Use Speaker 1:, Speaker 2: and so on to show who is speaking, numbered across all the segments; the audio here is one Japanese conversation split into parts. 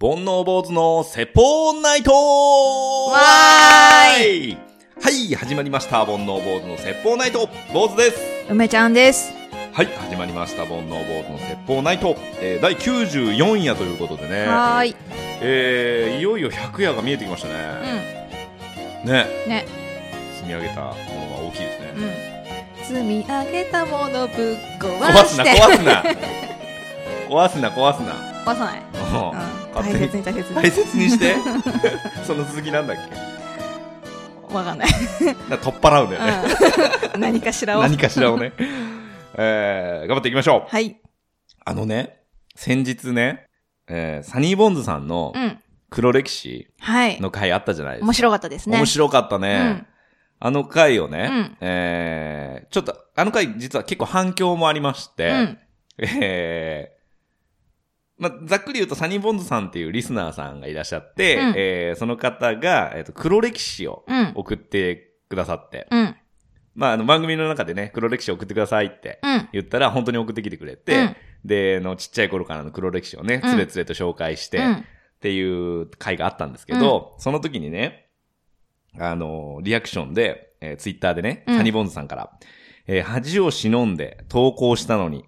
Speaker 1: 煩悩坊主の説法ナイトわーいはい、始まりました。煩悩坊主の説法ナイト坊主です
Speaker 2: 梅ちゃんです。
Speaker 1: はい、始まりました。煩悩坊主の説法ナイト、えー、第94夜ということでね、
Speaker 2: はーい。
Speaker 1: えー、いよいよ100夜が見えてきましたね。ね、
Speaker 2: うん。ね。
Speaker 1: 積み上げたものが大きいですね。
Speaker 2: うん。積み上げたものぶっ壊
Speaker 1: 壊
Speaker 2: し
Speaker 1: す
Speaker 2: て。
Speaker 1: な、壊すな壊すな、壊すな。
Speaker 2: 壊さない。
Speaker 1: もう
Speaker 2: うん。大
Speaker 1: 勝手に
Speaker 2: 切に大切に。
Speaker 1: 大切に して。その続きなんだっけ
Speaker 2: わかんない。
Speaker 1: なんか取っ払うんだよね。
Speaker 2: うん 何かしら を。
Speaker 1: 何かしらを ね。えー、頑張っていきましょう。
Speaker 2: はい。
Speaker 1: あのね、先日ね、えー、サニーボンズさんの
Speaker 2: うん。
Speaker 1: 黒歴史
Speaker 2: はい。
Speaker 1: の回あったじゃないです
Speaker 2: 面
Speaker 1: か。
Speaker 2: 白かったですね。
Speaker 1: 面白かったね。あの回をね、
Speaker 2: うん
Speaker 1: えー、ちょっと、あの回実は結構反響もありまして、
Speaker 2: うん。
Speaker 1: えー、まあ、ざっくり言うとサニーボンズさんっていうリスナーさんがいらっしゃって、
Speaker 2: うん
Speaker 1: えー、その方が、えー、と黒歴史を
Speaker 2: うん。
Speaker 1: 送ってくださって、
Speaker 2: うん。うん。
Speaker 1: まあ、あの番組の中でね、黒歴史送ってくださいって
Speaker 2: うん。
Speaker 1: 言ったら本当に送ってきてくれて、で、あの、ちっちゃい頃からの黒歴史をね、
Speaker 2: うん
Speaker 1: つれつれと紹介して、
Speaker 2: う
Speaker 1: っ
Speaker 2: ん。
Speaker 1: ていう回があったんですけど、その時にね、あの、リアクションで、えツイッター Twitter でね、
Speaker 2: うん
Speaker 1: サニボンズさんから、えー恥を忍んで投稿したのに、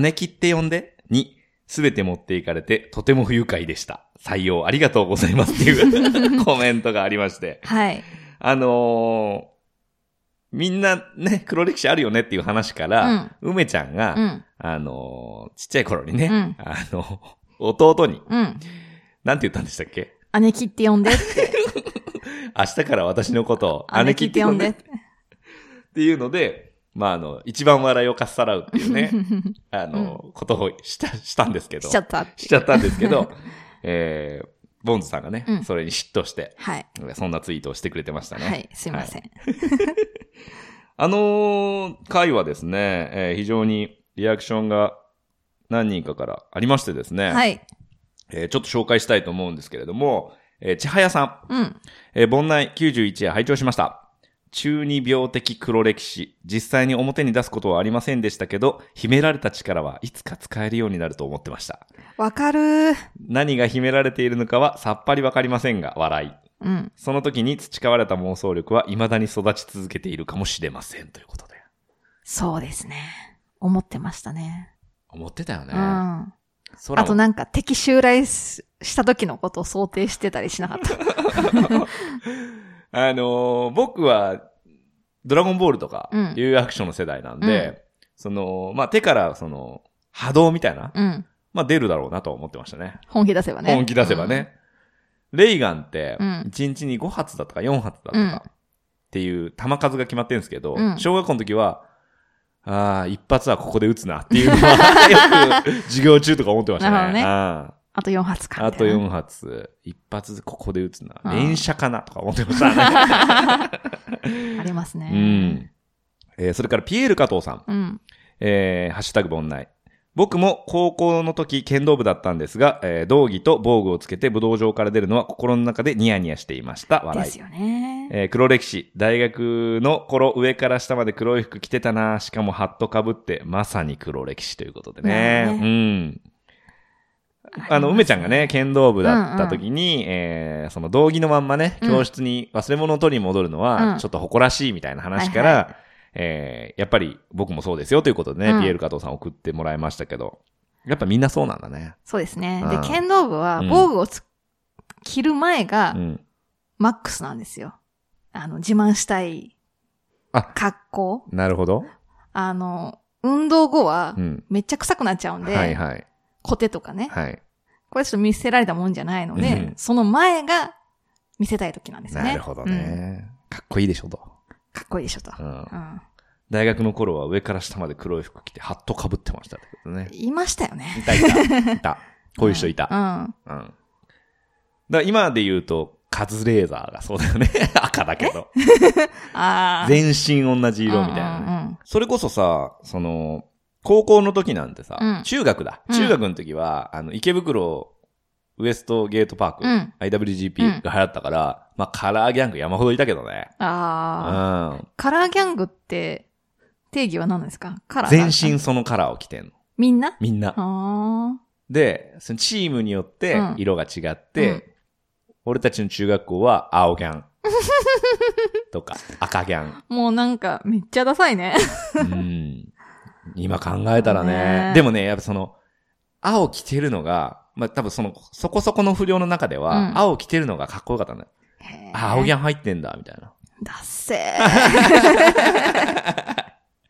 Speaker 1: 姉貴って呼んでに、すべて持っていかれて、とても不愉快でした。採用ありがとうございますっていう コメントがありまして。
Speaker 2: はい。
Speaker 1: あのーみんなね、黒歴史あるよねっていう話から、梅ちゃんが、
Speaker 2: うん。
Speaker 1: あのーちっちゃい頃にね、
Speaker 2: うん
Speaker 1: あの、 弟に、
Speaker 2: うん。
Speaker 1: なんて言ったんでしたっけ
Speaker 2: 姉貴って呼んでって。
Speaker 1: 明日から私のことを
Speaker 2: 姉貴って呼んで
Speaker 1: っ。ていうので、まあ、あの、一番笑いをかっさらうっていうね、 あの、ことをした、したんですけど、
Speaker 2: しちゃったって
Speaker 1: しちゃったんですけ ど、えー、ボンズさんがね、
Speaker 2: うん
Speaker 1: それに嫉妬して、
Speaker 2: はい。
Speaker 1: そんなツイートをしてくれてましたね。
Speaker 2: はい。すいません。
Speaker 1: あのー回はですね、えー非常にリアクションが何人かからありましてですね、
Speaker 2: はい。
Speaker 1: えーちょっと紹介したいと思うんですけれども、えー、千早さん、
Speaker 2: うん。
Speaker 1: えー、凡内91夜拝聴しました。中二病的黒歴史。実際に表に出すことはありませんでしたけど、秘められた力はいつか使えるようになると思ってました。
Speaker 2: わかるー。
Speaker 1: 何が秘められているのかはさっぱりわかりませんが、笑い。
Speaker 2: うん。
Speaker 1: その時に培われた妄想力は未だに育ち続けているかもしれません。ということで。
Speaker 2: そうですね。思ってましたね。
Speaker 1: 思ってたよね。
Speaker 2: うん。
Speaker 1: 空
Speaker 2: あ
Speaker 1: を
Speaker 2: となんか敵襲来しした時のことを想定してたりしなかった。
Speaker 1: あのー僕は、ドラゴンボールとか
Speaker 2: うん、
Speaker 1: いうアクションの世代なん
Speaker 2: う
Speaker 1: で、その、まあ、手から、その、波動みたいな、
Speaker 2: うん。
Speaker 1: まあ、出るだろうなと思ってましたね。
Speaker 2: 本気出せばね。
Speaker 1: 本気出せばね。レイガンって、
Speaker 2: うん
Speaker 1: 1日に5発だったか4発だった
Speaker 2: うん
Speaker 1: か、っていう弾数が決まってるんですけど、
Speaker 2: うん
Speaker 1: 小学校の時は、ああ、一発はここで撃つなっていうのは、よ く授業中とか思ってましたね。
Speaker 2: なるほどね
Speaker 1: あ
Speaker 2: うん。あと4発か。
Speaker 1: あと
Speaker 2: み
Speaker 1: 4発、一発ここで撃つな。
Speaker 2: うん
Speaker 1: 連射かなとか思ってましたね。
Speaker 2: たいな。ありま す
Speaker 1: う
Speaker 2: ね。
Speaker 1: ん。えーそれからピエール加藤さん。
Speaker 2: うん。うん。
Speaker 1: えーハッシュタグ凡内。僕も高校の時剣道部だったんですが、えー道着と防具をつけて武道場から出るのは心の中でニヤニヤしていました。
Speaker 2: で
Speaker 1: 笑い
Speaker 2: す。よね。
Speaker 1: えー黒歴史。大学の頃上から下まで黒い服着てたなしかもハットかぶって、まさに黒歴史ということでね。
Speaker 2: まあね
Speaker 1: うん。あの、
Speaker 2: ります
Speaker 1: 梅ちゃんがね、。剣道部だった時に、えーその道着のまんまね、
Speaker 2: うん
Speaker 1: 教室に忘れ物を取りに戻るの
Speaker 2: う
Speaker 1: は、
Speaker 2: ん
Speaker 1: ちょっと誇らしいみたいな話から、
Speaker 2: はい
Speaker 1: えーやっぱり僕もそうですよということでね、
Speaker 2: うん
Speaker 1: ピエール加藤さん送ってもらいましたけど、やっぱみんなそうなんだね。
Speaker 2: そうですね。
Speaker 1: うん
Speaker 2: で、剣道部は
Speaker 1: うん
Speaker 2: 防具をつ、着る前
Speaker 1: う
Speaker 2: が
Speaker 1: ん。
Speaker 2: マックスなんですよ。あの、自慢したい
Speaker 1: あ
Speaker 2: 格好。
Speaker 1: なるほど。
Speaker 2: あの、運動後は
Speaker 1: うん。
Speaker 2: めっちゃ臭くなっちゃうんで、
Speaker 1: はいはい。
Speaker 2: コテとかね。
Speaker 1: はい。
Speaker 2: これちょっと見せられたもんじゃないので、
Speaker 1: うん
Speaker 2: その前が見せたい時なんですよね。
Speaker 1: なるほど
Speaker 2: うん
Speaker 1: ね。かっこいいでしょ、と。
Speaker 2: かっこいいでしょと
Speaker 1: う。ん
Speaker 2: う。ん。
Speaker 1: 大学の頃は上から下まで黒い服着て、ハットかぶってましたけど ね。
Speaker 2: いましたよね。
Speaker 1: いたいた。いた。こういう人いた。
Speaker 2: う
Speaker 1: うん。だ
Speaker 2: ん。
Speaker 1: から今で言うと、カズレーザーがそうだよね。 赤だけど。
Speaker 2: ああ。
Speaker 1: 全身同じ色みたいなね。
Speaker 2: な。
Speaker 1: それこそさ、その、高校の時なんてさ、
Speaker 2: うん
Speaker 1: 中学だ。
Speaker 2: うん
Speaker 1: 中学の時は、あの、池袋ウエストゲートパーク、
Speaker 2: うん。うん。
Speaker 1: IWGP が流行ったから、まあ、カラーギャング山ほどいたけどね。う
Speaker 2: ああ。
Speaker 1: ん。
Speaker 2: カラーギャングって定義は何ですかカラー
Speaker 1: 全身。そのカラーを着てんの。
Speaker 2: みんな
Speaker 1: みんな。
Speaker 2: ああ。
Speaker 1: で、そのチームによって
Speaker 2: うん
Speaker 1: 色が違っ
Speaker 2: う
Speaker 1: て、
Speaker 2: ん
Speaker 1: 俺たちの中学校は青ギャ ンとか赤ギャン。
Speaker 2: もうなんか、めっちゃダサいね。
Speaker 1: うん今考えたらね。
Speaker 2: ね
Speaker 1: でもね、やっぱその、青着てるのが、まあ、多分その、そこそこの不良の中では、
Speaker 2: うん
Speaker 1: 青着てるのがかっこよかったんだよ。 あ、青ギ
Speaker 2: や。
Speaker 1: ャン入ってんだ、みたいな。
Speaker 2: ダッセ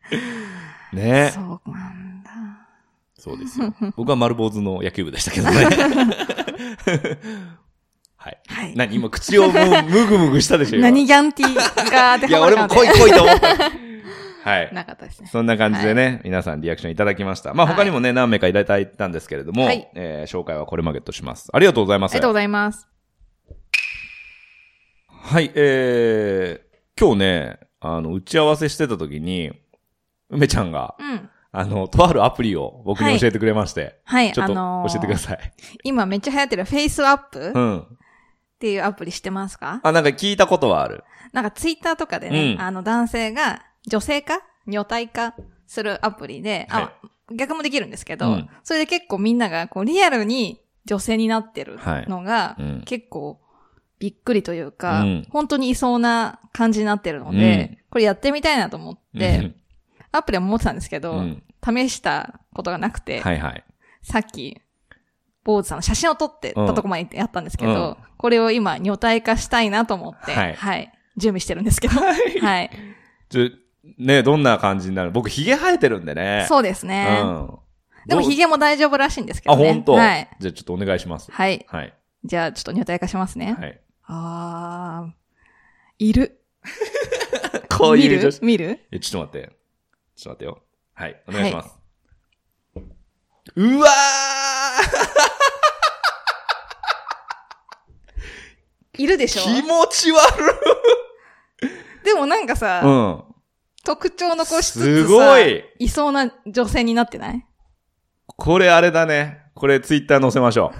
Speaker 2: ー。
Speaker 1: ね
Speaker 2: そうなんだ。
Speaker 1: そうですよ。僕は丸坊主の野球部でしたけど ね。はい。
Speaker 2: はい。
Speaker 1: 何今口をもうむぐむぐしたでしょ今
Speaker 2: 何ギャンティーが当
Speaker 1: い
Speaker 2: て
Speaker 1: や、
Speaker 2: はま
Speaker 1: 俺
Speaker 2: るか
Speaker 1: も
Speaker 2: な
Speaker 1: 来い来いと思 った。はい。
Speaker 2: なかったですね。
Speaker 1: そんな感じでね、皆さんリアクションいただきました。まあ
Speaker 2: はい
Speaker 1: 他にもね、何名かいただいたんですけれども、
Speaker 2: はい
Speaker 1: えー紹介はこれまでとします。ありがとうございま
Speaker 2: あ
Speaker 1: す。
Speaker 2: りがとうございます。
Speaker 1: はい、えー、今日ね、あの、打ち合わせしてた時に、梅ちゃんが、
Speaker 2: うん。
Speaker 1: あの、とあるアプリを僕に教えてくれまして、
Speaker 2: はい、
Speaker 1: ちょっ
Speaker 2: あ
Speaker 1: と
Speaker 2: の
Speaker 1: 教
Speaker 2: ー
Speaker 1: えてください。
Speaker 2: 今めっちゃ流行ってるフェイスアップ
Speaker 1: う
Speaker 2: っ
Speaker 1: ん。
Speaker 2: ていうアプリしてますか
Speaker 1: あ、なんか聞いたことはある。
Speaker 2: なんかツイッターとかでね、
Speaker 1: うん
Speaker 2: あの男性が女性化女体化するアプリで、
Speaker 1: は
Speaker 2: あ、逆もできるんですけど、
Speaker 1: うん
Speaker 2: それで結構みんながこうリアルに女性になってるのが
Speaker 1: はいうん
Speaker 2: 結構びっくりというか、
Speaker 1: うん
Speaker 2: 本当にいそうな感じになってるので、
Speaker 1: う
Speaker 2: これやってみたいなと思って、アプリは持ってたんですけ
Speaker 1: う
Speaker 2: ど、
Speaker 1: ん、うん。
Speaker 2: 試したことがなくて、
Speaker 1: はいはい。
Speaker 2: さっき、坊主さんの写真を撮って
Speaker 1: うん
Speaker 2: たとこまでやったんですけ
Speaker 1: う
Speaker 2: ど、
Speaker 1: ん
Speaker 2: これを今、女体化したいなと思って、
Speaker 1: は
Speaker 2: はいい。準備してるんですけど。はい。
Speaker 1: ちょ、ね、どんな感じになる僕、髭生えてるんでね。
Speaker 2: そうです
Speaker 1: う
Speaker 2: ね。
Speaker 1: ん。
Speaker 2: でも、
Speaker 1: どう
Speaker 2: 髭も大丈夫らしいんですけ
Speaker 1: あ、
Speaker 2: どね。
Speaker 1: 本当。
Speaker 2: はい。
Speaker 1: じゃあちょっとお願いします。
Speaker 2: はい。
Speaker 1: はい。
Speaker 2: じゃあ、ちょっと女体化しますね。
Speaker 1: はい。
Speaker 2: あー、いる。
Speaker 1: こういう女
Speaker 2: 見る
Speaker 1: 子。
Speaker 2: 見る
Speaker 1: え、ちょっと待って。ちょっと待ってよ。はい。お願いします。うわ
Speaker 2: いるで
Speaker 1: ー
Speaker 2: しょ
Speaker 1: 気持ち悪
Speaker 2: でもなんかさ、
Speaker 1: うん。
Speaker 2: 特徴残しつつ
Speaker 1: す
Speaker 2: さ
Speaker 1: ごい
Speaker 2: いそうな女性になってない
Speaker 1: これあれだね。これツイッター載せましょう。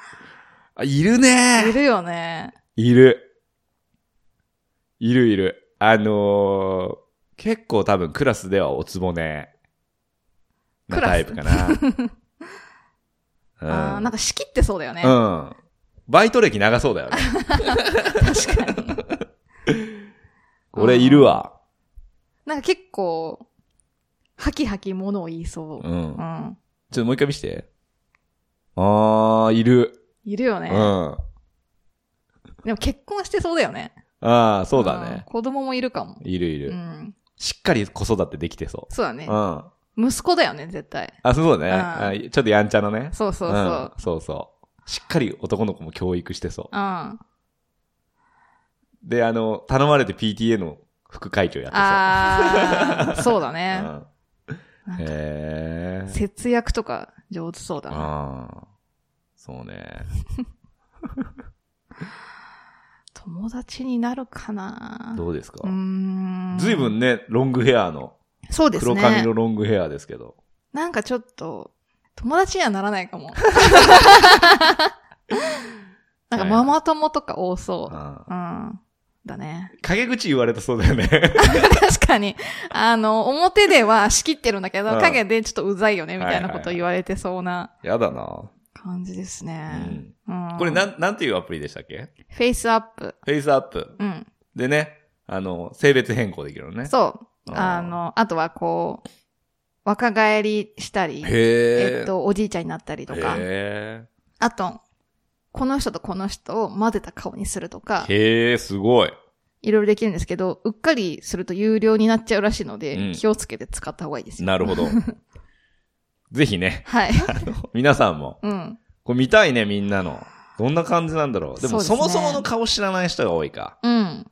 Speaker 1: あ、いる
Speaker 2: い
Speaker 1: ね
Speaker 2: るよね。
Speaker 1: いる。いるいる。あのー、結構多分クラスではおつぼねなタイプかな。う
Speaker 2: あーなんか仕切ってそうだよね。
Speaker 1: うん。バイト歴長そうだよ ね。
Speaker 2: 確かに。
Speaker 1: これいるわ。
Speaker 2: なんか結構、ハキハキ物を言いそうう。
Speaker 1: ん
Speaker 2: う。ん。
Speaker 1: ちょっともう一回見して。あー、いる。
Speaker 2: いるよ
Speaker 1: う
Speaker 2: ね
Speaker 1: ん。。あ
Speaker 2: でも結婚してそうだよね。
Speaker 1: ー、そうだ
Speaker 2: ん
Speaker 1: ね。
Speaker 2: 子供もいるかも。
Speaker 1: いるいうる。
Speaker 2: ん。
Speaker 1: しっかり子育てできてそう。
Speaker 2: そうだね
Speaker 1: うん。。あ、
Speaker 2: 息子だよね、絶対。
Speaker 1: そうだね
Speaker 2: うん
Speaker 1: あ。ちょっとやんちゃなね。
Speaker 2: そうそうそう。
Speaker 1: んそうそう。しっかり男の子も教育してそう。
Speaker 2: うん。あ
Speaker 1: で、あの、頼まれて PTA の副会長やって
Speaker 2: あ ー、そうだ
Speaker 1: そう
Speaker 2: ね。。
Speaker 1: うんへー。
Speaker 2: 節約とか上手そうだな。
Speaker 1: あー。そうね。
Speaker 2: 友達になるかな
Speaker 1: どうですか
Speaker 2: うーん。
Speaker 1: ずいぶんね、ロングヘアの、
Speaker 2: そうです
Speaker 1: 黒髪
Speaker 2: ね
Speaker 1: の。ロングヘアですけど。
Speaker 2: なんかちょっと、友達にはならない かも。なんかママ友とか多そう。
Speaker 1: うん
Speaker 2: うん。だね。
Speaker 1: 陰口言われたそうだよね。
Speaker 2: 確かに。あの、表では仕切ってるんだけ
Speaker 1: う
Speaker 2: ど、
Speaker 1: ん
Speaker 2: 影でちょっとうざいよね、みたいな
Speaker 1: はいはい
Speaker 2: こ
Speaker 1: はい
Speaker 2: と言われてそうな
Speaker 1: やだな、
Speaker 2: 感じです
Speaker 1: う
Speaker 2: ね。
Speaker 1: ん、
Speaker 2: うん。
Speaker 1: これなん、なんていうアプリでしたっけ
Speaker 2: フェイスアップ。
Speaker 1: フェイスアップ。
Speaker 2: うん。
Speaker 1: でね、あの、性別変更できるのね。
Speaker 2: そう。
Speaker 1: あー
Speaker 2: あの、あとはこう、若返りしたり、
Speaker 1: へー。
Speaker 2: えっ、と、おじいちゃんになったりとか、
Speaker 1: へ
Speaker 2: あと、この人とこの人を混ぜた顔にするとか
Speaker 1: ー。、へー、すごい。
Speaker 2: いろいろできるんですけど、うっかりすると有料になっちゃうらしいので、
Speaker 1: うん
Speaker 2: 気をつけて使った方がいいですよ。
Speaker 1: なるほ ど。ぜひね、
Speaker 2: はい。
Speaker 1: あの、皆さんも、
Speaker 2: うん。
Speaker 1: これ見たいね、みんなの。どんな感じなんだろう。でも、そ
Speaker 2: そうですね
Speaker 1: もそもの顔知らない人が多いか。
Speaker 2: うん。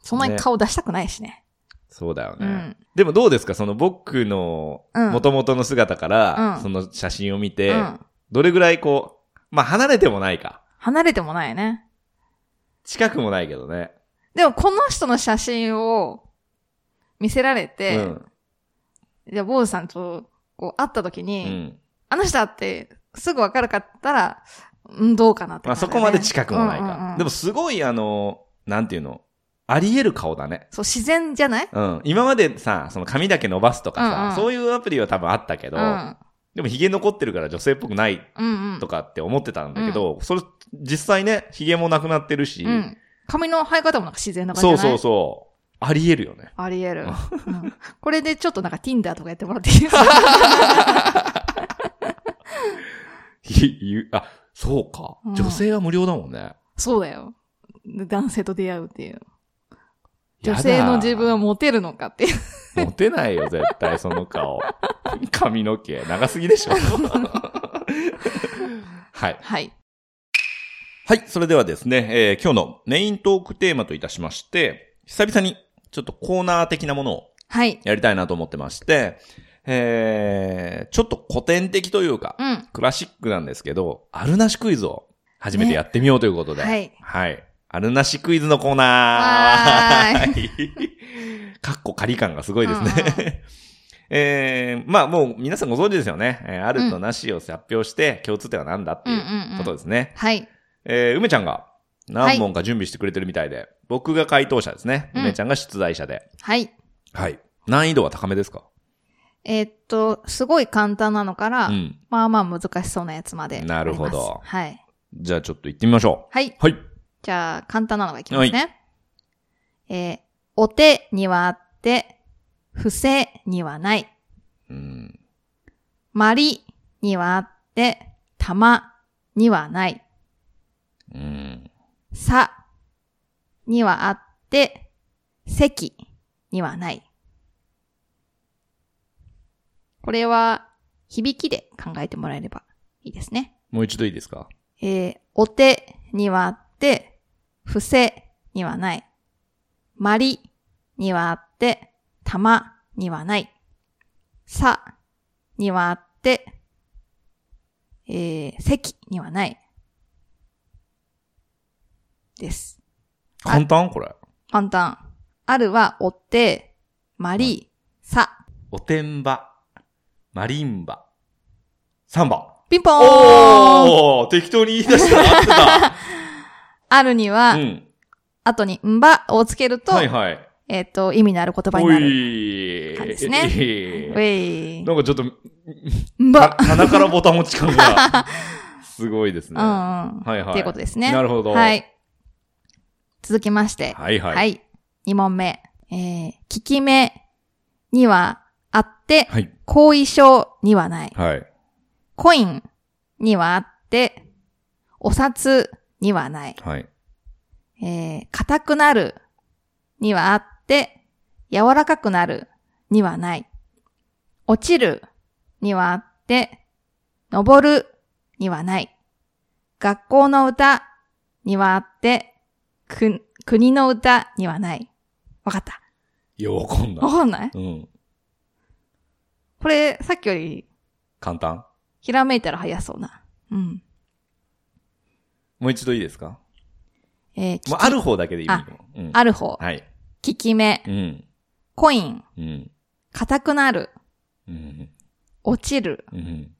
Speaker 2: そんなに顔出したくないしね。
Speaker 1: そうだよ
Speaker 2: う
Speaker 1: ね。
Speaker 2: ん。
Speaker 1: でもどうですかその僕の
Speaker 2: うん
Speaker 1: 元々の姿から、
Speaker 2: うん
Speaker 1: その写真を見
Speaker 2: う
Speaker 1: て、
Speaker 2: ん。
Speaker 1: どれぐらいこう、まあ、離れてもないか。
Speaker 2: 離れてもないね。
Speaker 1: 近くもないけどね。
Speaker 2: でもこの人の写真を見せられて、
Speaker 1: うん。
Speaker 2: じゃあ、坊主さんとこう会った時
Speaker 1: う
Speaker 2: に、
Speaker 1: ん。
Speaker 2: あの人だってすぐわかるかったら、うん、どうかなって
Speaker 1: ま
Speaker 2: 感
Speaker 1: あ、
Speaker 2: じだ
Speaker 1: そ
Speaker 2: ね、
Speaker 1: こまで近くもない
Speaker 2: うんうんう
Speaker 1: か
Speaker 2: ん。
Speaker 1: でも、すごいあの、なんていうの、あり得る顔だね。
Speaker 2: そう、自然じゃない
Speaker 1: うん。今までさ、その髪だけ伸ばすとかさ、
Speaker 2: うんうん
Speaker 1: そういうアプリは多分あったけど、
Speaker 2: うん。
Speaker 1: でもヒゲ残ってるから女性っぽくない
Speaker 2: うんうん。
Speaker 1: とかって思ってたんだけど、それ、実際ね、ヒゲもなくなってるし、
Speaker 2: うん。髪の生え方もなんか自然な感じじ
Speaker 1: そ
Speaker 2: ゃ
Speaker 1: う
Speaker 2: な
Speaker 1: そう
Speaker 2: い
Speaker 1: そう。あり得るよね。
Speaker 2: あり得る、うんこれでちょっとなんか Tinder とかやってもらっていいですか
Speaker 1: ひゆあ、そうか
Speaker 2: う。ん
Speaker 1: 女性は無料だもんね。
Speaker 2: そうだよ。男性と出会うっていう。
Speaker 1: や
Speaker 2: 女
Speaker 1: だ
Speaker 2: 性の自分はモテるのかっていう。
Speaker 1: モテないよ、絶対、その顔。髪の毛、長すぎでしょ。はい。
Speaker 2: はい。
Speaker 1: はい、それではですね、えー今日のメイントークテーマといたしまして、久々にちょっとコーナー的なものを
Speaker 2: はい。
Speaker 1: やりたいなと思ってまして、えー、ちょっと古典的というか、
Speaker 2: うん。
Speaker 1: クラシックなんですけど、あるなしクイズを初めてやってみようということで。
Speaker 2: はい。
Speaker 1: はい。あるなしクイズのコーナー。
Speaker 2: わ
Speaker 1: はい。かっこ仮感がすごいですね。 えー、まあもう皆さんご存知ですよね。えーあるとなしを発表して、共通点は何だって
Speaker 2: うん
Speaker 1: い
Speaker 2: うん
Speaker 1: う
Speaker 2: うん。
Speaker 1: ことですね。
Speaker 2: はい。
Speaker 1: えー梅ちゃんが何問か準備してくれてるみたいで、僕が回答者ですね。
Speaker 2: うん
Speaker 1: 梅ちゃんが出題者で。
Speaker 2: はい。
Speaker 1: はい。難易度は高めですか
Speaker 2: えーっと、すごい簡単なのから、
Speaker 1: うん。
Speaker 2: まあまあ難しそうなやつまであります。
Speaker 1: なるほど
Speaker 2: はい。
Speaker 1: じゃあちょっと行ってみましょ
Speaker 2: はい。
Speaker 1: う。はい。
Speaker 2: じゃあ、簡単なのがいきますね。えーお手にはあって、伏せにはない。
Speaker 1: うん。
Speaker 2: まりにはあって、玉にはない。
Speaker 1: うん。
Speaker 2: さにはあって、席にはない。これは、響きで考えてもらえればいいですね。
Speaker 1: もう一度いいですか
Speaker 2: えーお手にはあって、伏せにはない。まりにはあって、玉にはない。さにはあって、えー、席にはない。です。
Speaker 1: 簡単これ。
Speaker 2: 簡単。あるは、おて、まり、さ。
Speaker 1: おてんば、マリンバ、サンバ。
Speaker 2: ピンポーン
Speaker 1: おー適当に言い出した ら合って
Speaker 2: あるには、
Speaker 1: た。うん。
Speaker 2: 後に、んばをつけると、
Speaker 1: はいはい。
Speaker 2: えっ、と、意味のある言葉に
Speaker 1: お
Speaker 2: なる。
Speaker 1: い
Speaker 2: 感じですねウ
Speaker 1: え
Speaker 2: ェ
Speaker 1: ー
Speaker 2: イ
Speaker 1: なんかちょっと、
Speaker 2: ん
Speaker 1: た
Speaker 2: ば。
Speaker 1: 鼻からボタン持ち感 が、すごいです
Speaker 2: う
Speaker 1: ね。
Speaker 2: んうん。
Speaker 1: はいはい。
Speaker 2: っていうことですね。
Speaker 1: なるほど。
Speaker 2: はい。続きまして。
Speaker 1: はいはい。
Speaker 2: はい。2問目。えー、聞き目にはあって、
Speaker 1: はい。
Speaker 2: 後遺症にはない。
Speaker 1: はい。
Speaker 2: コインにはあって、お札にはない。
Speaker 1: はい。
Speaker 2: えー、硬くなるにはあって、柔らかくなるにはない。落ちるにはあって、登るにはない。学校の歌にはあって、く、国の歌にはない。わかった。
Speaker 1: ようわかんな
Speaker 2: わ
Speaker 1: い。
Speaker 2: かんない
Speaker 1: うん。
Speaker 2: これ、さっきより、
Speaker 1: 簡単。
Speaker 2: ひらめいたら早そうな。うん。
Speaker 1: もう一度いいですか
Speaker 2: えーき
Speaker 1: もうある方だけでいいの。うん。
Speaker 2: ある方。
Speaker 1: はい。
Speaker 2: 聞き目。
Speaker 1: うん。
Speaker 2: コイン。
Speaker 1: うん。
Speaker 2: 硬くなる。
Speaker 1: うん。
Speaker 2: 落ちる。
Speaker 1: うん。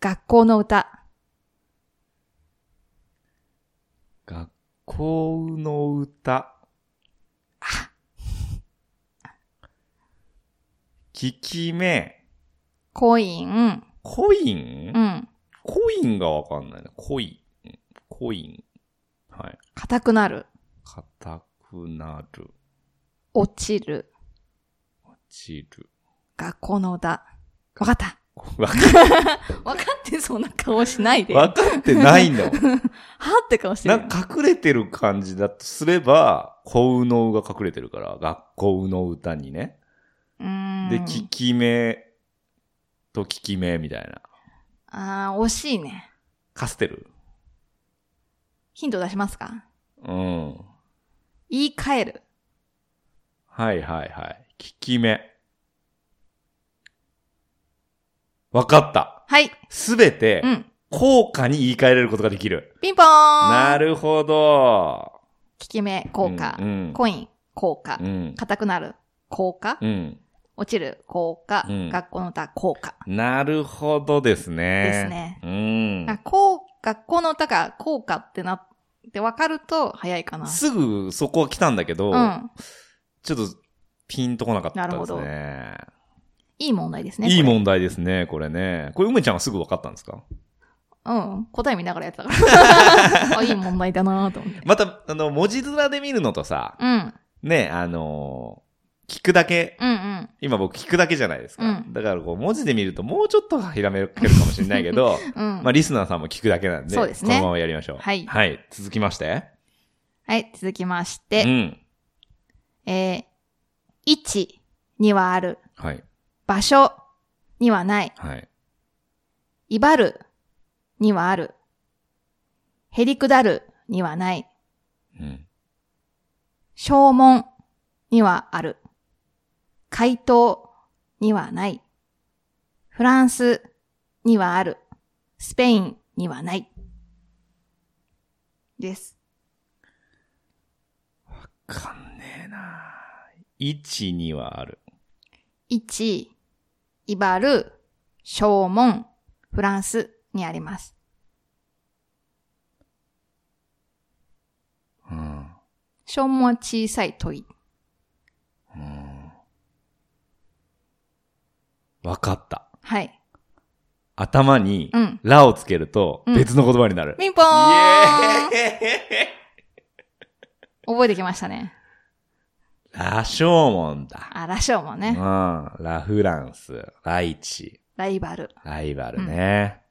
Speaker 2: 学校の歌。
Speaker 1: 学校の歌。聞き目。
Speaker 2: コイン。
Speaker 1: コイン、
Speaker 2: うん。
Speaker 1: コインがわかんないな。コイン。コイン。はい。
Speaker 2: 硬くなる。
Speaker 1: 硬くなる。
Speaker 2: 落ちる。
Speaker 1: 散る。
Speaker 2: 学校の歌。わかった。
Speaker 1: わか
Speaker 2: わかってそうな顔しないで。は
Speaker 1: わかってないん だもん。
Speaker 2: って顔して
Speaker 1: な
Speaker 2: る
Speaker 1: ん
Speaker 2: よ。
Speaker 1: か隠れてる感じだとすれば、幸運のが隠れてるから、学校の歌にね。
Speaker 2: うーん。
Speaker 1: で、聞き目と聞き目みたいな。
Speaker 2: あー、惜しいね。
Speaker 1: カステル
Speaker 2: ヒント出しますか
Speaker 1: うん。
Speaker 2: 言い換える。
Speaker 1: はいはいはい。聞き目。わかった。
Speaker 2: はい。
Speaker 1: すべて
Speaker 2: う、ん。
Speaker 1: 効果に言い換えれることができる。
Speaker 2: ピンポーン
Speaker 1: なるほど。
Speaker 2: 効き目、効果
Speaker 1: う。ん。
Speaker 2: コイン、効果
Speaker 1: う。ん。
Speaker 2: 硬くなる、効果。
Speaker 1: うん。
Speaker 2: 落ちる、効果
Speaker 1: う。ん
Speaker 2: 学校の歌、効果。
Speaker 1: なるほどですね。
Speaker 2: ですね。
Speaker 1: うん。
Speaker 2: あこう学校の歌が効果ってなって分かると早いかな。
Speaker 1: すぐそこは来たんだけど、
Speaker 2: うん。
Speaker 1: ちょっとピンとこなかったですね。
Speaker 2: なるほどいい問題ですね。
Speaker 1: いい
Speaker 2: ん。
Speaker 1: 問題ですね、これね。これ、梅ちゃんはすぐ分かったんですか
Speaker 2: うん。答え見ながらやってた から。あ、いい問題だなと思って。
Speaker 1: また、あの、文字面で見るのとさ、
Speaker 2: うん。うん
Speaker 1: ね、あのー聞くだけ、
Speaker 2: うん。
Speaker 1: 今僕聞くだけじゃないですか。
Speaker 2: うん
Speaker 1: だからこう文字で見るともうちょっとひらめけるかもしれないけ ど、
Speaker 2: うん。
Speaker 1: まあリスナーさんも聞くだけなんで、
Speaker 2: そうですね
Speaker 1: このままやりましょう。
Speaker 2: はい
Speaker 1: はい。続きまして。
Speaker 2: はい、続きまし
Speaker 1: う
Speaker 2: て、
Speaker 1: ん。
Speaker 2: えー、位置にはある、
Speaker 1: はい。
Speaker 2: 場所にはない、
Speaker 1: はい。
Speaker 2: 威張るにはある、へりくだるにはない、
Speaker 1: うん。
Speaker 2: 消門にはある、回答にはない、フランスにはある、スペインにはない。です。
Speaker 1: わかんねえな位置にはある。
Speaker 2: 1、イバル、正門、フランスにあります。
Speaker 1: うん。
Speaker 2: 正門は小さい問い。
Speaker 1: わかった。
Speaker 2: はい。
Speaker 1: 頭に
Speaker 2: うん、
Speaker 1: らをつけると
Speaker 2: うん
Speaker 1: 別の言葉になる。
Speaker 2: ピンポーン
Speaker 1: イエ
Speaker 2: 覚えてきましたね。
Speaker 1: ーイ羅生門だ。
Speaker 2: あ、ラショウも
Speaker 1: うん。
Speaker 2: ね。
Speaker 1: ラフランス、ライチ、
Speaker 2: ライバル。
Speaker 1: ライバルね。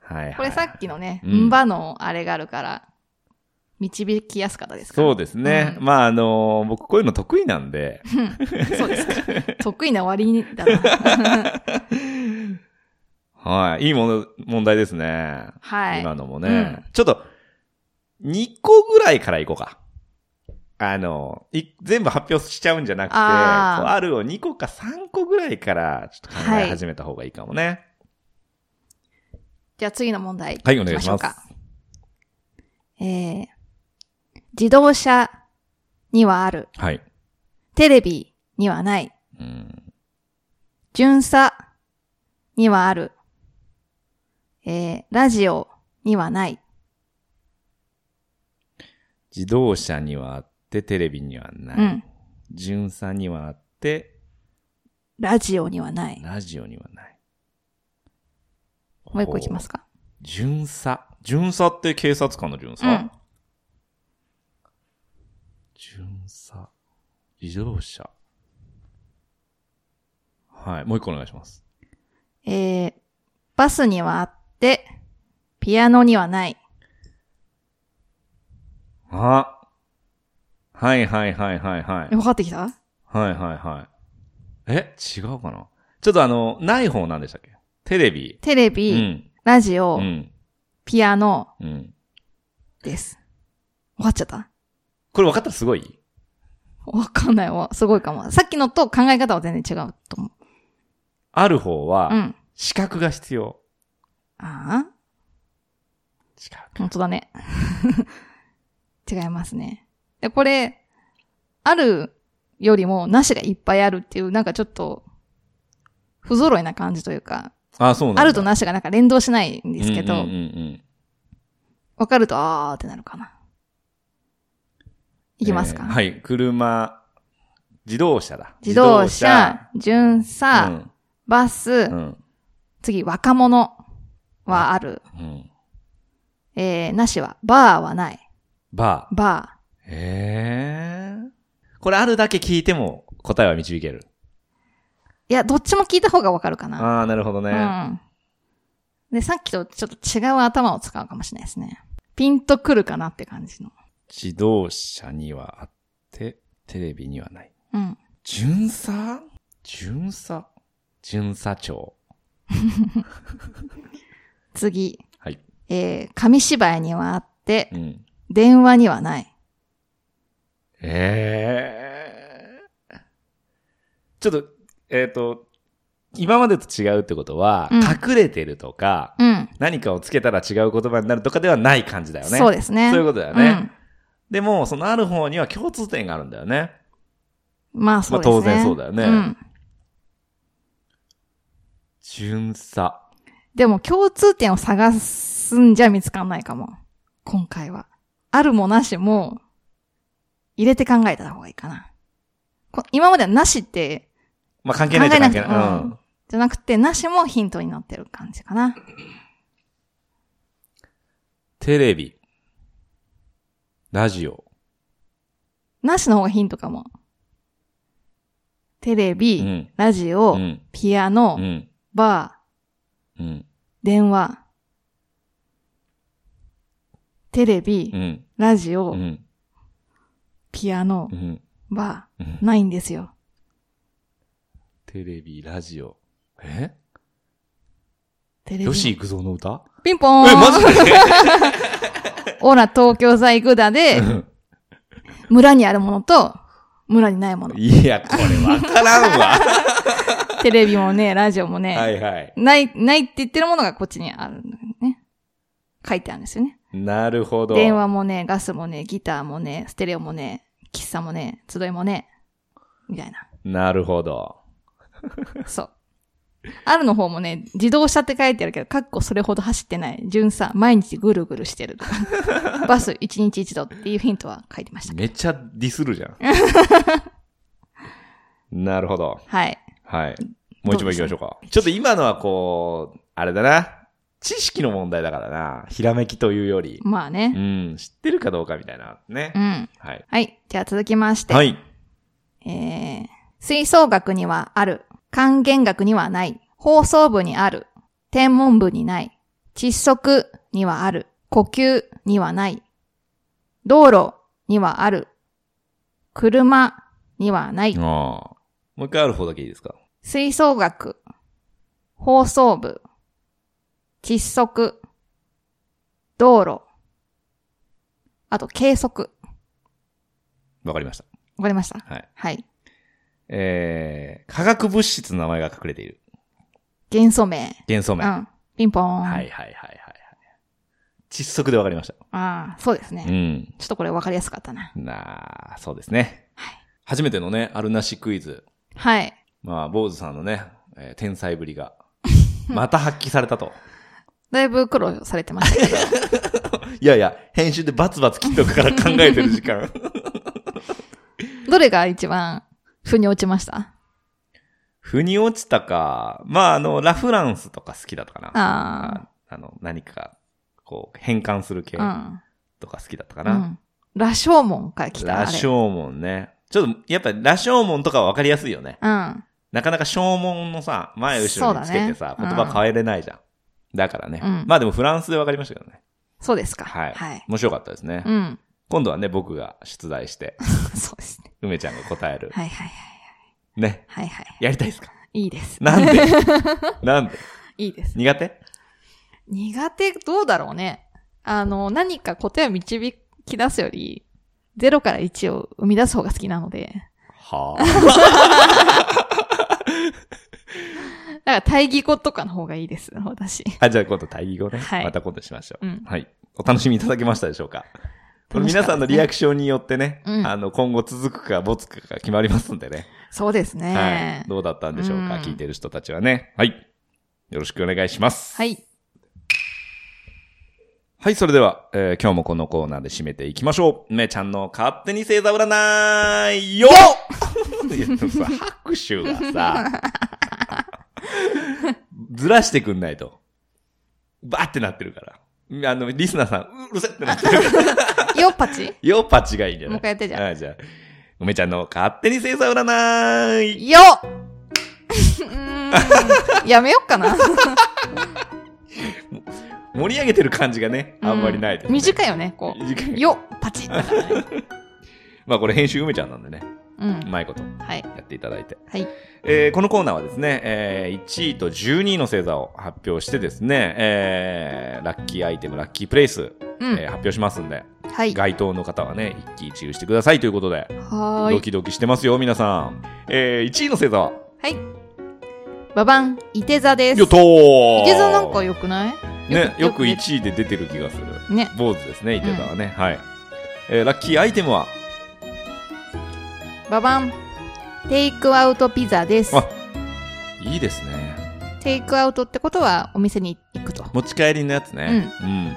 Speaker 1: はいはい。
Speaker 2: これさっきのね、
Speaker 1: うん
Speaker 2: んばのあれがあるから、導きやすかったですか
Speaker 1: そうですね。
Speaker 2: うん
Speaker 1: まあ、あのー僕こういうの得意なんで、
Speaker 2: そう ですか。得意な割にだな。
Speaker 1: はい。いいもの、問題ですね。
Speaker 2: はい。
Speaker 1: 今のもね。
Speaker 2: うん
Speaker 1: ちょっと、2個ぐらいからいこうか。あの、い全部発表しちゃうんじゃなくて、こう
Speaker 2: あー
Speaker 1: あるを2個か3個ぐらいから、ちょっと考え始めた方がいいかもね。
Speaker 2: じゃあ次の問題。
Speaker 1: はい、お願いしま
Speaker 2: 行きょう
Speaker 1: す
Speaker 2: か。。えー、自動車にはある。
Speaker 1: はい。
Speaker 2: テレビにはない。
Speaker 1: うん。
Speaker 2: 巡査にはある。えー、ラジオにはない。
Speaker 1: 自動車にはあって、テレビにはない。
Speaker 2: うん。
Speaker 1: 巡査にはあって、
Speaker 2: ラジオにはない。
Speaker 1: ラジオにはない。
Speaker 2: もう一個いきますか。
Speaker 1: 巡査。巡査って警察官の巡査、
Speaker 2: うん
Speaker 1: 巡査。自動車。はい。もう一個お願いします。
Speaker 2: えー、バスにはあって、ピアノにはない。
Speaker 1: あはいはいはいはいはい。
Speaker 2: 分かってきた
Speaker 1: はいはいはい。え違うかなちょっとあの、ない方なんでしたっけテレビ。
Speaker 2: テレ
Speaker 1: う
Speaker 2: ビ、
Speaker 1: ん。
Speaker 2: ラジオ、
Speaker 1: うん。
Speaker 2: ピアノ
Speaker 1: うん。
Speaker 2: です。分かっちゃった
Speaker 1: これ分かったらすごい
Speaker 2: わかんないわ。すごいかも。さっきのと考え方は全然違うと思う。
Speaker 1: ある方
Speaker 2: う
Speaker 1: は、
Speaker 2: ん。
Speaker 1: 視覚が必要。
Speaker 2: ああ
Speaker 1: 違うか。
Speaker 2: 本当だね。 違いますね。で、これ、あるよりも、なしがいっぱいあるっていう、なんかちょっと、不揃いな感じというか、
Speaker 1: あ、そうなんだ。
Speaker 2: あるとなしがなんか連動しないんですけど、わ、
Speaker 1: うんうんうんうん
Speaker 2: かると、あーってなるかな。いきますか。
Speaker 1: えーはい。車、自動車だ。
Speaker 2: 自動車、巡査、バス、
Speaker 1: うん。うん。
Speaker 2: 次、若者はある。
Speaker 1: うん。
Speaker 2: えー、なしは、バーはない。
Speaker 1: バー。
Speaker 2: バ
Speaker 1: ええこれあるだけ聞いても答えは導ける。
Speaker 2: ー。いや、どっちも聞いた方がわかるかな。
Speaker 1: ああ、なるほどね。
Speaker 2: うん。で、さっきとちょっと違う頭を使うかもしれないですね。ピンとくるかなって感じの。
Speaker 1: 自動車にはあって、テレビにはない。
Speaker 2: うん。
Speaker 1: 巡査巡査巡査長。
Speaker 2: 次。
Speaker 1: はい。
Speaker 2: えー、紙芝居にはあって
Speaker 1: う、ん。
Speaker 2: 電話にはない。
Speaker 1: ええちょっと、えっ、と、今までと違うってことは、
Speaker 2: うん
Speaker 1: 隠れてるとか、
Speaker 2: うん。
Speaker 1: 何かをつけたら違う言葉になるとかではない感じだよね。
Speaker 2: そうですね。
Speaker 1: そういうことだよね。でも、そのある方には共通点があるんだよね。
Speaker 2: うん。まあそうですね。
Speaker 1: まあ当然そうだよね
Speaker 2: うん。
Speaker 1: 巡査。
Speaker 2: でも共通点を探すんじゃ見つかんないかも。今回は。あるもなしも、入れて考えた方がいいかな。こ今まではなしって、
Speaker 1: まあ関係ないじゃ
Speaker 2: 考え
Speaker 1: 関
Speaker 2: なく
Speaker 1: 係
Speaker 2: て
Speaker 1: ない。うん。
Speaker 2: じゃなくて、なしもヒントになってる感じかな。
Speaker 1: テレビ。ラジオ。
Speaker 2: なしの方がヒントかも。テレビ、
Speaker 1: うん
Speaker 2: ラジ
Speaker 1: う
Speaker 2: オ、
Speaker 1: ん。
Speaker 2: ピアノ、
Speaker 1: うん。
Speaker 2: バ
Speaker 1: うん。
Speaker 2: ー、電話。テレビ、
Speaker 1: うん。
Speaker 2: ラジオ、
Speaker 1: うん。
Speaker 2: ピアノ
Speaker 1: う、ん。
Speaker 2: バ
Speaker 1: うん
Speaker 2: ー、ないんですよ。
Speaker 1: テレビ、ラジオ。え
Speaker 2: テレビ。
Speaker 1: 吉幾三の歌
Speaker 2: ピンポーン
Speaker 1: え、マジで
Speaker 2: オラ東京在グダで、村にあるものと、村にないもの。
Speaker 1: いや、これわからん わ。
Speaker 2: テレビもね、ラジオもね、
Speaker 1: はいはい。
Speaker 2: ない、ないって言ってるものがこっちにあるんだよね。書いてあるんですよね。
Speaker 1: なるほど。
Speaker 2: 電話もね、ガスもね、ギターもね、ステレオもね、喫茶もね、集いもね、みたいな。
Speaker 1: なるほど。
Speaker 2: そう。あるの方もね、自動車って書いてあるけど、かっこそれほど走ってない。純さ、毎日ぐるぐるしてるとか。バス1日1度っていうヒントは書いてました。
Speaker 1: めっちゃディスるじ ゃん。なるほど。
Speaker 2: はい。
Speaker 1: はい。もう一問行きましょうか。ちょっと今のはこう、あれだな。知識の問題だからな。ひらめきというより。
Speaker 2: まあ
Speaker 1: う
Speaker 2: ね。
Speaker 1: ん。知ってるかどうかみたいな。ね
Speaker 2: う。ん。
Speaker 1: はい。
Speaker 2: はい。じゃあ続きまして。
Speaker 1: はい。
Speaker 2: えー、吹奏楽にはある。管弦楽にはない。放送部にある。天文部にない。窒息にはある。呼吸にはない。道路にはある。車にはない
Speaker 1: ああ。。もう一回ある方だけいいですか
Speaker 2: 吹奏楽。放送部。窒息。道路。あと、計測。
Speaker 1: わかりました。
Speaker 2: わかりました
Speaker 1: はい。
Speaker 2: はい。
Speaker 1: えー、化学物質の名前が隠れている。
Speaker 2: 元素名。
Speaker 1: 元素
Speaker 2: う
Speaker 1: 名。はい
Speaker 2: ん。ピンポーン。
Speaker 1: はいはいはいはい。窒息でわかりました。
Speaker 2: ああ、そうですね。
Speaker 1: うん。
Speaker 2: ちょっとこれ分かりやすかったな。
Speaker 1: なあ、そうですね。
Speaker 2: はい
Speaker 1: 初めてのね、あるなしクイズ。
Speaker 2: はい。
Speaker 1: まあ、坊主さんのね、えー天才ぶり が、また発揮されたと。
Speaker 2: だいぶ苦労されてま したけど。
Speaker 1: いやいや、編集でバツバツ切っとくから考えてる時 間。
Speaker 2: どれが一番、腑に落ちました
Speaker 1: 腑に落ちたか、まあ、あの、ラフランスとか好きだったかな。
Speaker 2: あ
Speaker 1: あの、何か、こう、変換する系
Speaker 2: あ。
Speaker 1: とか好きだったか
Speaker 2: うん。
Speaker 1: な。
Speaker 2: うん。羅生門から来た。あ
Speaker 1: 羅
Speaker 2: れ
Speaker 1: 生門ね。ちょっと、やっぱり羅生門とかはわかりやすいよね。
Speaker 2: うん。
Speaker 1: なかなか正門のさ、前後ろにつけてさ、
Speaker 2: そうだね
Speaker 1: 言葉変えれないじゃん。だからね。
Speaker 2: うん
Speaker 1: まあでもフランスでわかりましたけどね。
Speaker 2: そうですか。
Speaker 1: はい。
Speaker 2: はい。
Speaker 1: 面白かったですね。
Speaker 2: うん。
Speaker 1: 今度はね、僕が出題して、
Speaker 2: そうですね。
Speaker 1: 梅ちゃんが答える。
Speaker 2: はいはい
Speaker 1: ね。
Speaker 2: はい。はいはい。
Speaker 1: やりたいですか
Speaker 2: いいです。
Speaker 1: なん でなんで
Speaker 2: いいです。
Speaker 1: 苦手
Speaker 2: 苦手、どうだろうね。あの、何か答えを導き出すより、0から1を生み出す方が好きなので、
Speaker 1: は あ。
Speaker 2: だから対義語とかの方がいいです、私。
Speaker 1: あ、じゃあ今度対義語ね。
Speaker 2: はい
Speaker 1: また今度しましょう、
Speaker 2: うん
Speaker 1: はい。お楽しみいただけましたでしょうかこれ
Speaker 2: 楽しか
Speaker 1: 皆
Speaker 2: ったですね
Speaker 1: さんのリアクションによってね、
Speaker 2: うん
Speaker 1: あの、今後続くか、ボツくか決まりますんでね。
Speaker 2: そうですね
Speaker 1: はい。。どうだったんでしょうか、
Speaker 2: うん
Speaker 1: 聞いてる人たちはね。はい。よろしくお願いします。
Speaker 2: はい。
Speaker 1: はい、それでは、えー今日もこのコーナーで締めていきましょう。めちゃんの勝手に星座占いよいやでもさ拍手がさ、ずらしてくんないと。バーってなってるから。あの、リスナーさん、うるせってなってるから。
Speaker 2: よっぱち
Speaker 1: よ、パチがいいんじゃない
Speaker 2: もう一回やってじゃん
Speaker 1: はい、じゃあ。梅ちゃんの勝手に星座占い
Speaker 2: ようーん やめよっかな。
Speaker 1: 盛り上げてる感じがね、あんまりないです、
Speaker 2: うん短いよね、こ
Speaker 1: 短
Speaker 2: う。
Speaker 1: い。
Speaker 2: よっパチッだからね。
Speaker 1: まあこれ編集梅ちゃんなんでね、
Speaker 2: う
Speaker 1: う。
Speaker 2: ん
Speaker 1: まいこと
Speaker 2: はい。
Speaker 1: やっていただいて。
Speaker 2: はい。
Speaker 1: えーこのコーナーはですね、えー1位と12位の星座を発表してですね、えーラッキーアイテム、ラッキープレイス、
Speaker 2: うん
Speaker 1: えー発表しますんで、
Speaker 2: はい。は
Speaker 1: 該当の方はね、一喜一憂してくださいということで、
Speaker 2: ー
Speaker 1: ド
Speaker 2: い。
Speaker 1: キドキしてますよ、皆さん。えー1位の星座は、
Speaker 2: はい。ババン、いて座です。
Speaker 1: よっとー
Speaker 2: いて座なんか良くない
Speaker 1: ね、よく
Speaker 2: よく出
Speaker 1: 1位で出てる気がする。
Speaker 2: ね。
Speaker 1: 坊主ですね、伊手座はね。はい。えーラッキーアイテムは、
Speaker 2: ババン、テイクアウトピザです。
Speaker 1: あ、いいですね。
Speaker 2: テイクアウトってことはお店に行くと。
Speaker 1: 持ち帰りのやつね。うん。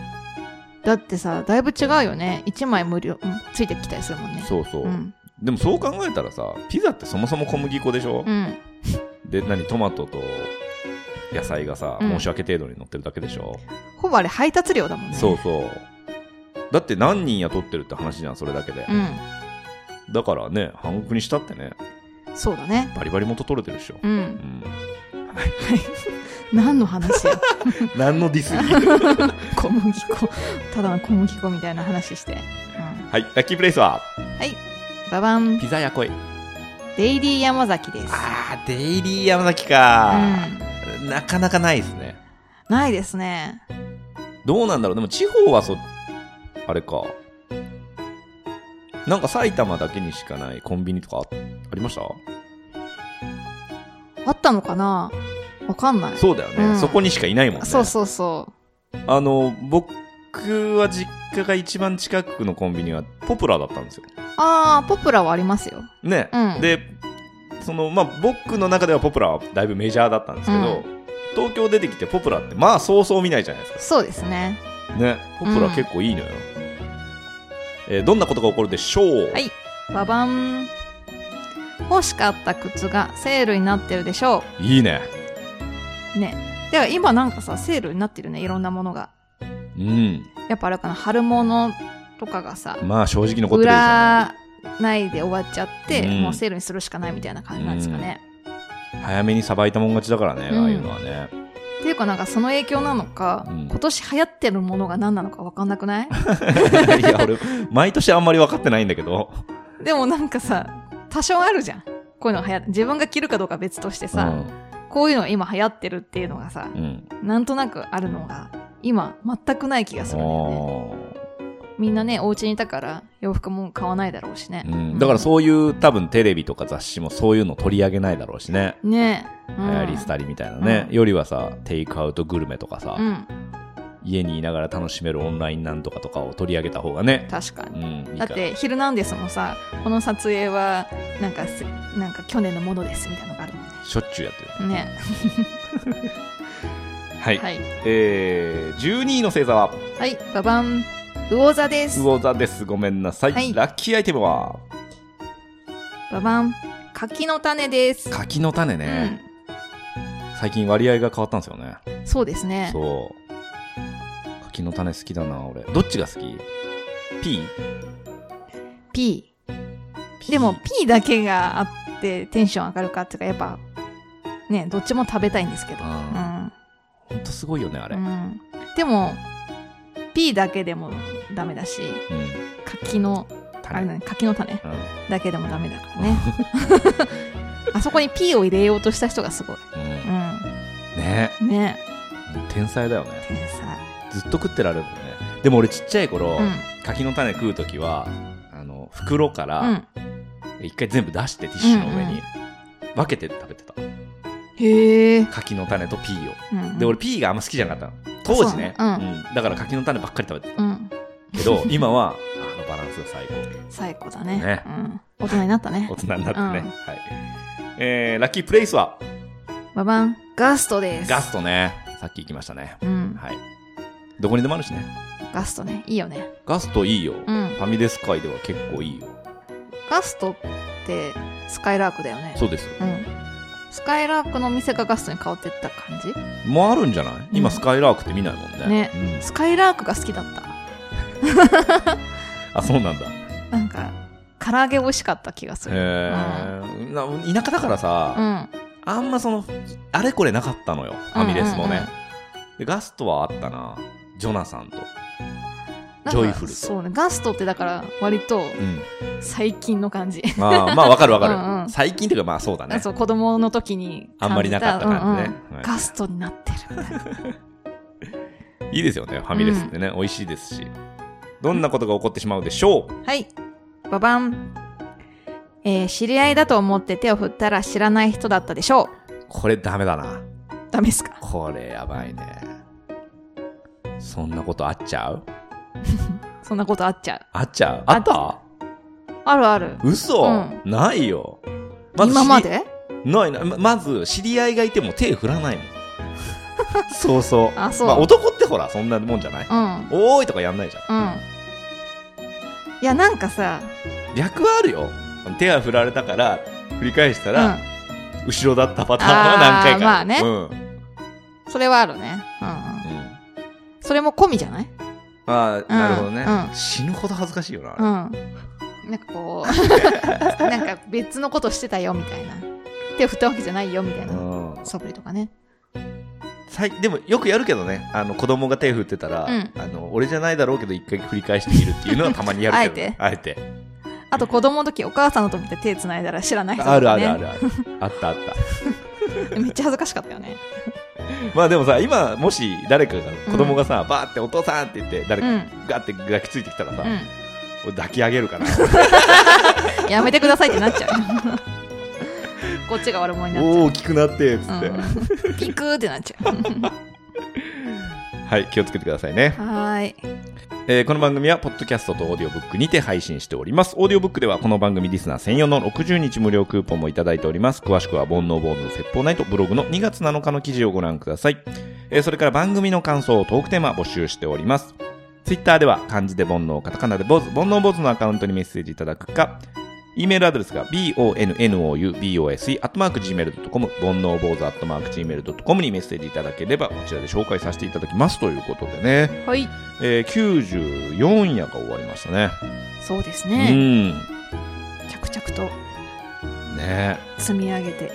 Speaker 2: だってさ、だいぶ違うよね。1枚無料、うん、ついてきたりするもんね。
Speaker 1: そうそう。
Speaker 2: ん。
Speaker 1: でもそう考えたらさ、ピザってそもそも小麦粉でしょ、
Speaker 2: うん。
Speaker 1: で、何トマトと野菜がさ、
Speaker 2: うん
Speaker 1: 申し訳程度に乗ってるだけでしょ、
Speaker 2: ほぼあれ配達料だもんね。
Speaker 1: そうそう。だって何人雇ってるって話じゃん、それだけで。
Speaker 2: う
Speaker 1: だからね、半額にしたってね、
Speaker 2: ん。そうだね。
Speaker 1: バリバリ元取れてるでしょ。
Speaker 2: う。
Speaker 1: うんん。
Speaker 2: 何の話よ。
Speaker 1: 何のディスリー
Speaker 2: 小麦粉。ただの小麦粉みたいな話して。うん
Speaker 1: はい、ラッキープレイスは、
Speaker 2: ババン、
Speaker 1: ピザやこい。
Speaker 2: デイリー山崎です。
Speaker 1: あー、デイリー山崎
Speaker 2: う
Speaker 1: か、
Speaker 2: ん。
Speaker 1: なかなかないですね。
Speaker 2: ないですね。
Speaker 1: どうなんだろうでも地方はそ、あれか。なんか埼玉だけにしかないコンビニとかあありました
Speaker 2: あったのかなわかんない。
Speaker 1: そうだよね、
Speaker 2: うん
Speaker 1: そこにしかいないもんね。
Speaker 2: そうそうそう。
Speaker 1: あの、僕は実家が一番近くのコンビニはポプラだったんですよ。
Speaker 2: ああ、ポプラはありますよ。
Speaker 1: ね。
Speaker 2: うん
Speaker 1: で、その、まあ、僕の中ではポプラはだいぶメジャーだったんですけど、
Speaker 2: う
Speaker 1: 東京出てきてポプラって、まあ、そうそう見ないじゃないです
Speaker 2: そうですね。
Speaker 1: か。ね。ポプラ結構いいのよ。えーどんなことが起こるでしょう、
Speaker 2: はいババン。欲しかった靴がセールになってるでしょ
Speaker 1: いいね。
Speaker 2: う。ね。では今なんかさ、セールになってるね。いろんなものが。
Speaker 1: うん。
Speaker 2: やっぱあれかな、春物とかがさ、
Speaker 1: まあ、正直残ってるで
Speaker 2: 売
Speaker 1: しょうね。
Speaker 2: らないで終わっちゃって、
Speaker 1: うん
Speaker 2: もうセールにするしかないみたいな感じなんですかね。
Speaker 1: 早めにさばいたもん勝ちだからね、
Speaker 2: うん
Speaker 1: ああいうのはね。
Speaker 2: っていうかなんかその影響なのか、
Speaker 1: うん
Speaker 2: 今年流行ってるものが何なのか分かんなくない
Speaker 1: いや、俺、毎年あんまり分かってないんだけど。
Speaker 2: でもなんかさ、多少あるじゃん。こういうのが流行って、自分が着るかどうかは別としてさ、こういうのが今流行ってるっていうのがさ、
Speaker 1: うん。うん。
Speaker 2: なんとなくあるのが、今全くない気がするんだよね。みんなね、お家にいたから洋服も買わないだろうしね。
Speaker 1: あーうんだからそういう多分テレビとか雑誌もそういうの取り上げないだろうしね。
Speaker 2: う。ねえ。
Speaker 1: 流
Speaker 2: うん
Speaker 1: 行り廃りみたいなね、
Speaker 2: うん
Speaker 1: よりはさテイクアウトグルメとかさ、
Speaker 2: うん、
Speaker 1: 家にいながら楽しめるオンラインなんとかとかを取り上げた方がね、
Speaker 2: 確かに
Speaker 1: う。ん、いい
Speaker 2: だ
Speaker 1: か
Speaker 2: って「ヒルナンデス」もさこの撮影はなんかすなんか去年のものですみたいなのがあるもんね
Speaker 1: しょっちゅうやってる
Speaker 2: ね
Speaker 1: はい、
Speaker 2: はい
Speaker 1: えー、12位の星座は
Speaker 2: はいババン魚座です
Speaker 1: 魚座ですごめんなさい、
Speaker 2: はい
Speaker 1: ラッキーアイテムは
Speaker 2: ババン柿の種です、
Speaker 1: 柿の種
Speaker 2: う
Speaker 1: ね、
Speaker 2: ん、
Speaker 1: 最近割合が変わったんですよね
Speaker 2: そうですね
Speaker 1: そう柿の種好きだな俺どっちが好き ?P?
Speaker 2: P
Speaker 1: P
Speaker 2: でも P だけがあってテンション上がるかっていうかやっぱねどっちも食べたいんですけどう
Speaker 1: あ
Speaker 2: ん、
Speaker 1: ーほんとすごいよねあれ、
Speaker 2: う
Speaker 1: うん
Speaker 2: ん、でも P だけでもダメだし柿のあ
Speaker 1: 種
Speaker 2: れ、ね、柿の種
Speaker 1: うん
Speaker 2: だけでもダメだか らねあそこに P を入れようとした人がすごい、
Speaker 1: うん
Speaker 2: う
Speaker 1: ね
Speaker 2: ん、ね
Speaker 1: 天才だよね
Speaker 2: 天才
Speaker 1: ずっと食ってられるもんねでも俺ちっちゃい頃、
Speaker 2: うん
Speaker 1: 柿の種食う時はあの袋か
Speaker 2: う
Speaker 1: ら
Speaker 2: ん
Speaker 1: 一回全部出してティッシュの上
Speaker 2: うんう
Speaker 1: に分けて食べてた
Speaker 2: へえ、
Speaker 1: 柿の種とピーを
Speaker 2: うんうん
Speaker 1: で俺ピーがあんま好きじゃなかったの当時ね
Speaker 2: そうなのう
Speaker 1: うんだから柿の種ばっかり食べて
Speaker 2: うん
Speaker 1: たけど今はあのバランスが最高
Speaker 2: 最高だね
Speaker 1: ね
Speaker 2: うん、大人になったね
Speaker 1: 大人になってね、
Speaker 2: うん
Speaker 1: はいえー、ラッキープレイスは
Speaker 2: ババンガストです
Speaker 1: ガストねさっき行きましたね
Speaker 2: うん、
Speaker 1: はいどこにでもあるしね
Speaker 2: ガストねいいよね
Speaker 1: ガストいいよ、
Speaker 2: うん
Speaker 1: ファミレス界では結構いいよ
Speaker 2: ガストってスカイラークだよね
Speaker 1: そうですよ
Speaker 2: うんスカイラークの店がガストに変わってった感じ
Speaker 1: もうあるんじゃない今、
Speaker 2: うん
Speaker 1: スカイラークって見ないもんね
Speaker 2: ね
Speaker 1: うん
Speaker 2: スカイラークが好きだった
Speaker 1: あそうなんだ
Speaker 2: なんか唐揚げ美味しかった気がする
Speaker 1: へえな田舎だから
Speaker 2: う
Speaker 1: さ、
Speaker 2: ん
Speaker 1: あんまそのあれこれなかったのよファミレスもね、でガストはあったなジョナサンと、ジョイフルと
Speaker 2: そうねガストってだから割と
Speaker 1: うん、
Speaker 2: 最近の感じ、
Speaker 1: まあまあわかるわかる
Speaker 2: うんうん
Speaker 1: 最近というかまあそうだね
Speaker 2: そう子供の時に感じ
Speaker 1: あんまりなかった感じね
Speaker 2: うんうん
Speaker 1: はい
Speaker 2: ガストになってるみたいない
Speaker 1: いですよねファミレスってね、美味しいですしどんなことが起こってしまうでしょう
Speaker 2: はいババン、えー知り合いだと思って手を振ったら知らない人だったでしょう
Speaker 1: これダメだな
Speaker 2: ダメですか
Speaker 1: これやばいねそんなことあっちゃう
Speaker 2: そんなことあっちゃ
Speaker 1: あっちゃうあった
Speaker 2: うあるある、
Speaker 1: 嘘、
Speaker 2: うん
Speaker 1: ないよ。ず
Speaker 2: 今ま
Speaker 1: 知り
Speaker 2: で
Speaker 1: ないな。ままず、知り合いがいても手振ら ないもん。そうそう。
Speaker 2: あそう
Speaker 1: まあ、男ってほら、そんなもんじゃない、
Speaker 2: うんうん
Speaker 1: おーいとかやんないじゃ
Speaker 2: いやなんかさ
Speaker 1: ん。略はあるよ。手が振られたから、振り返した
Speaker 2: うん
Speaker 1: ら、後ろだったパターンは何回かある。
Speaker 2: あー
Speaker 1: うん。
Speaker 2: それはあるね。うんうん。
Speaker 1: うん
Speaker 2: それも込みじゃない
Speaker 1: ああ、なるほどね、
Speaker 2: うん
Speaker 1: 死ぬほど恥ずかしいよな、あ
Speaker 2: う
Speaker 1: れ
Speaker 2: ん。なんかこ う、なんか別のことしてたよみたいな。手を振ったわけじゃないよみたいな。
Speaker 1: うん
Speaker 2: そぶりとかね。
Speaker 1: さいでもよくやるけどねあの子供が手振ってたら、
Speaker 2: うん
Speaker 1: あの俺じゃないだろうけど一回繰り返してみるっていうのはたまにやる けどあえて
Speaker 2: あと子供の時お母さんのと思って手繋いだら知らない人とか
Speaker 1: あるあ
Speaker 2: ね
Speaker 1: るあるあるあったあった
Speaker 2: めっちゃ恥ずかしかったよね。
Speaker 1: まあでもさ今もし誰かが子供がさ、バーって「お父さん!」って言って誰
Speaker 2: う
Speaker 1: か
Speaker 2: ん。
Speaker 1: ガって抱きついてきたらさ、
Speaker 2: う
Speaker 1: 俺抱き上げるから
Speaker 2: ん。やめてくださいって なっちゃう。こっちが悪者になっちゃう。
Speaker 1: 大きくなってっつって、
Speaker 2: うん、ピクーってなっちゃう。
Speaker 1: はい気をつけてくださいね
Speaker 2: はーい。
Speaker 1: えーこの番組は、ポッドキャストとオーディオブックにて配信しております。オーディオブックでは、この番組リスナー専用の60日無料クーポンもいただいております。詳しくは、煩悩ボード説法ナイトブログの2月7日の記事をご覧ください。えーそれから番組の感想、トークテーマ募集しております。ツイッターでは、漢字で煩悩、カタカナで坊主、煩悩坊主のアカウントにメッセージいただくか、e メールアドレスが bonoubose.gmail.com 煩悩坊主 .gmail.com にメッセージいただければこちらで紹介させていただきますということでね。
Speaker 2: はい。
Speaker 1: えー、94夜が終わりましたね。
Speaker 2: そうです
Speaker 1: う
Speaker 2: ね。
Speaker 1: ん。
Speaker 2: 着々と
Speaker 1: ね
Speaker 2: 積み上げて。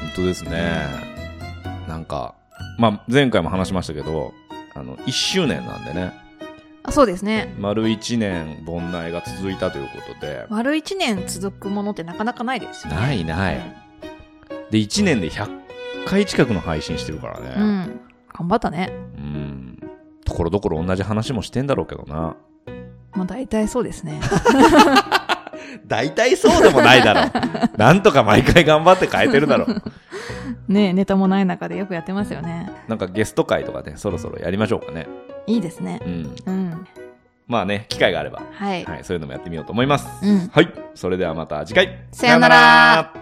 Speaker 1: 本当ですね。なんか、まあ、前回も話しましたけど、あの、1周年なんでね、
Speaker 2: あそうですね。
Speaker 1: 丸1年煩悩が続いたということで、
Speaker 2: 丸一年続くものってなかなかないですよね。
Speaker 1: ないない。で、1年で100回近くの配信してるから
Speaker 2: う
Speaker 1: ね。
Speaker 2: ん。頑張ったね。
Speaker 1: うん。ところどころ同じ話もしてんだろうけどな。
Speaker 2: まあ大体そうで すね。
Speaker 1: 大体そうでもないだろう。 なんとか毎回頑張って変えてるだろう。
Speaker 2: ねえネタもない中でよくやってますよね。
Speaker 1: なんかゲスト会とかね、そろそろやりましょうかね。
Speaker 2: いいですね。
Speaker 1: うん。
Speaker 2: うん。
Speaker 1: まあね、機会があれば、
Speaker 2: はい。
Speaker 1: はい、そういうのもやってみようと思います。
Speaker 2: うん
Speaker 1: はい、それではまた次回。
Speaker 2: さよなら
Speaker 1: ら。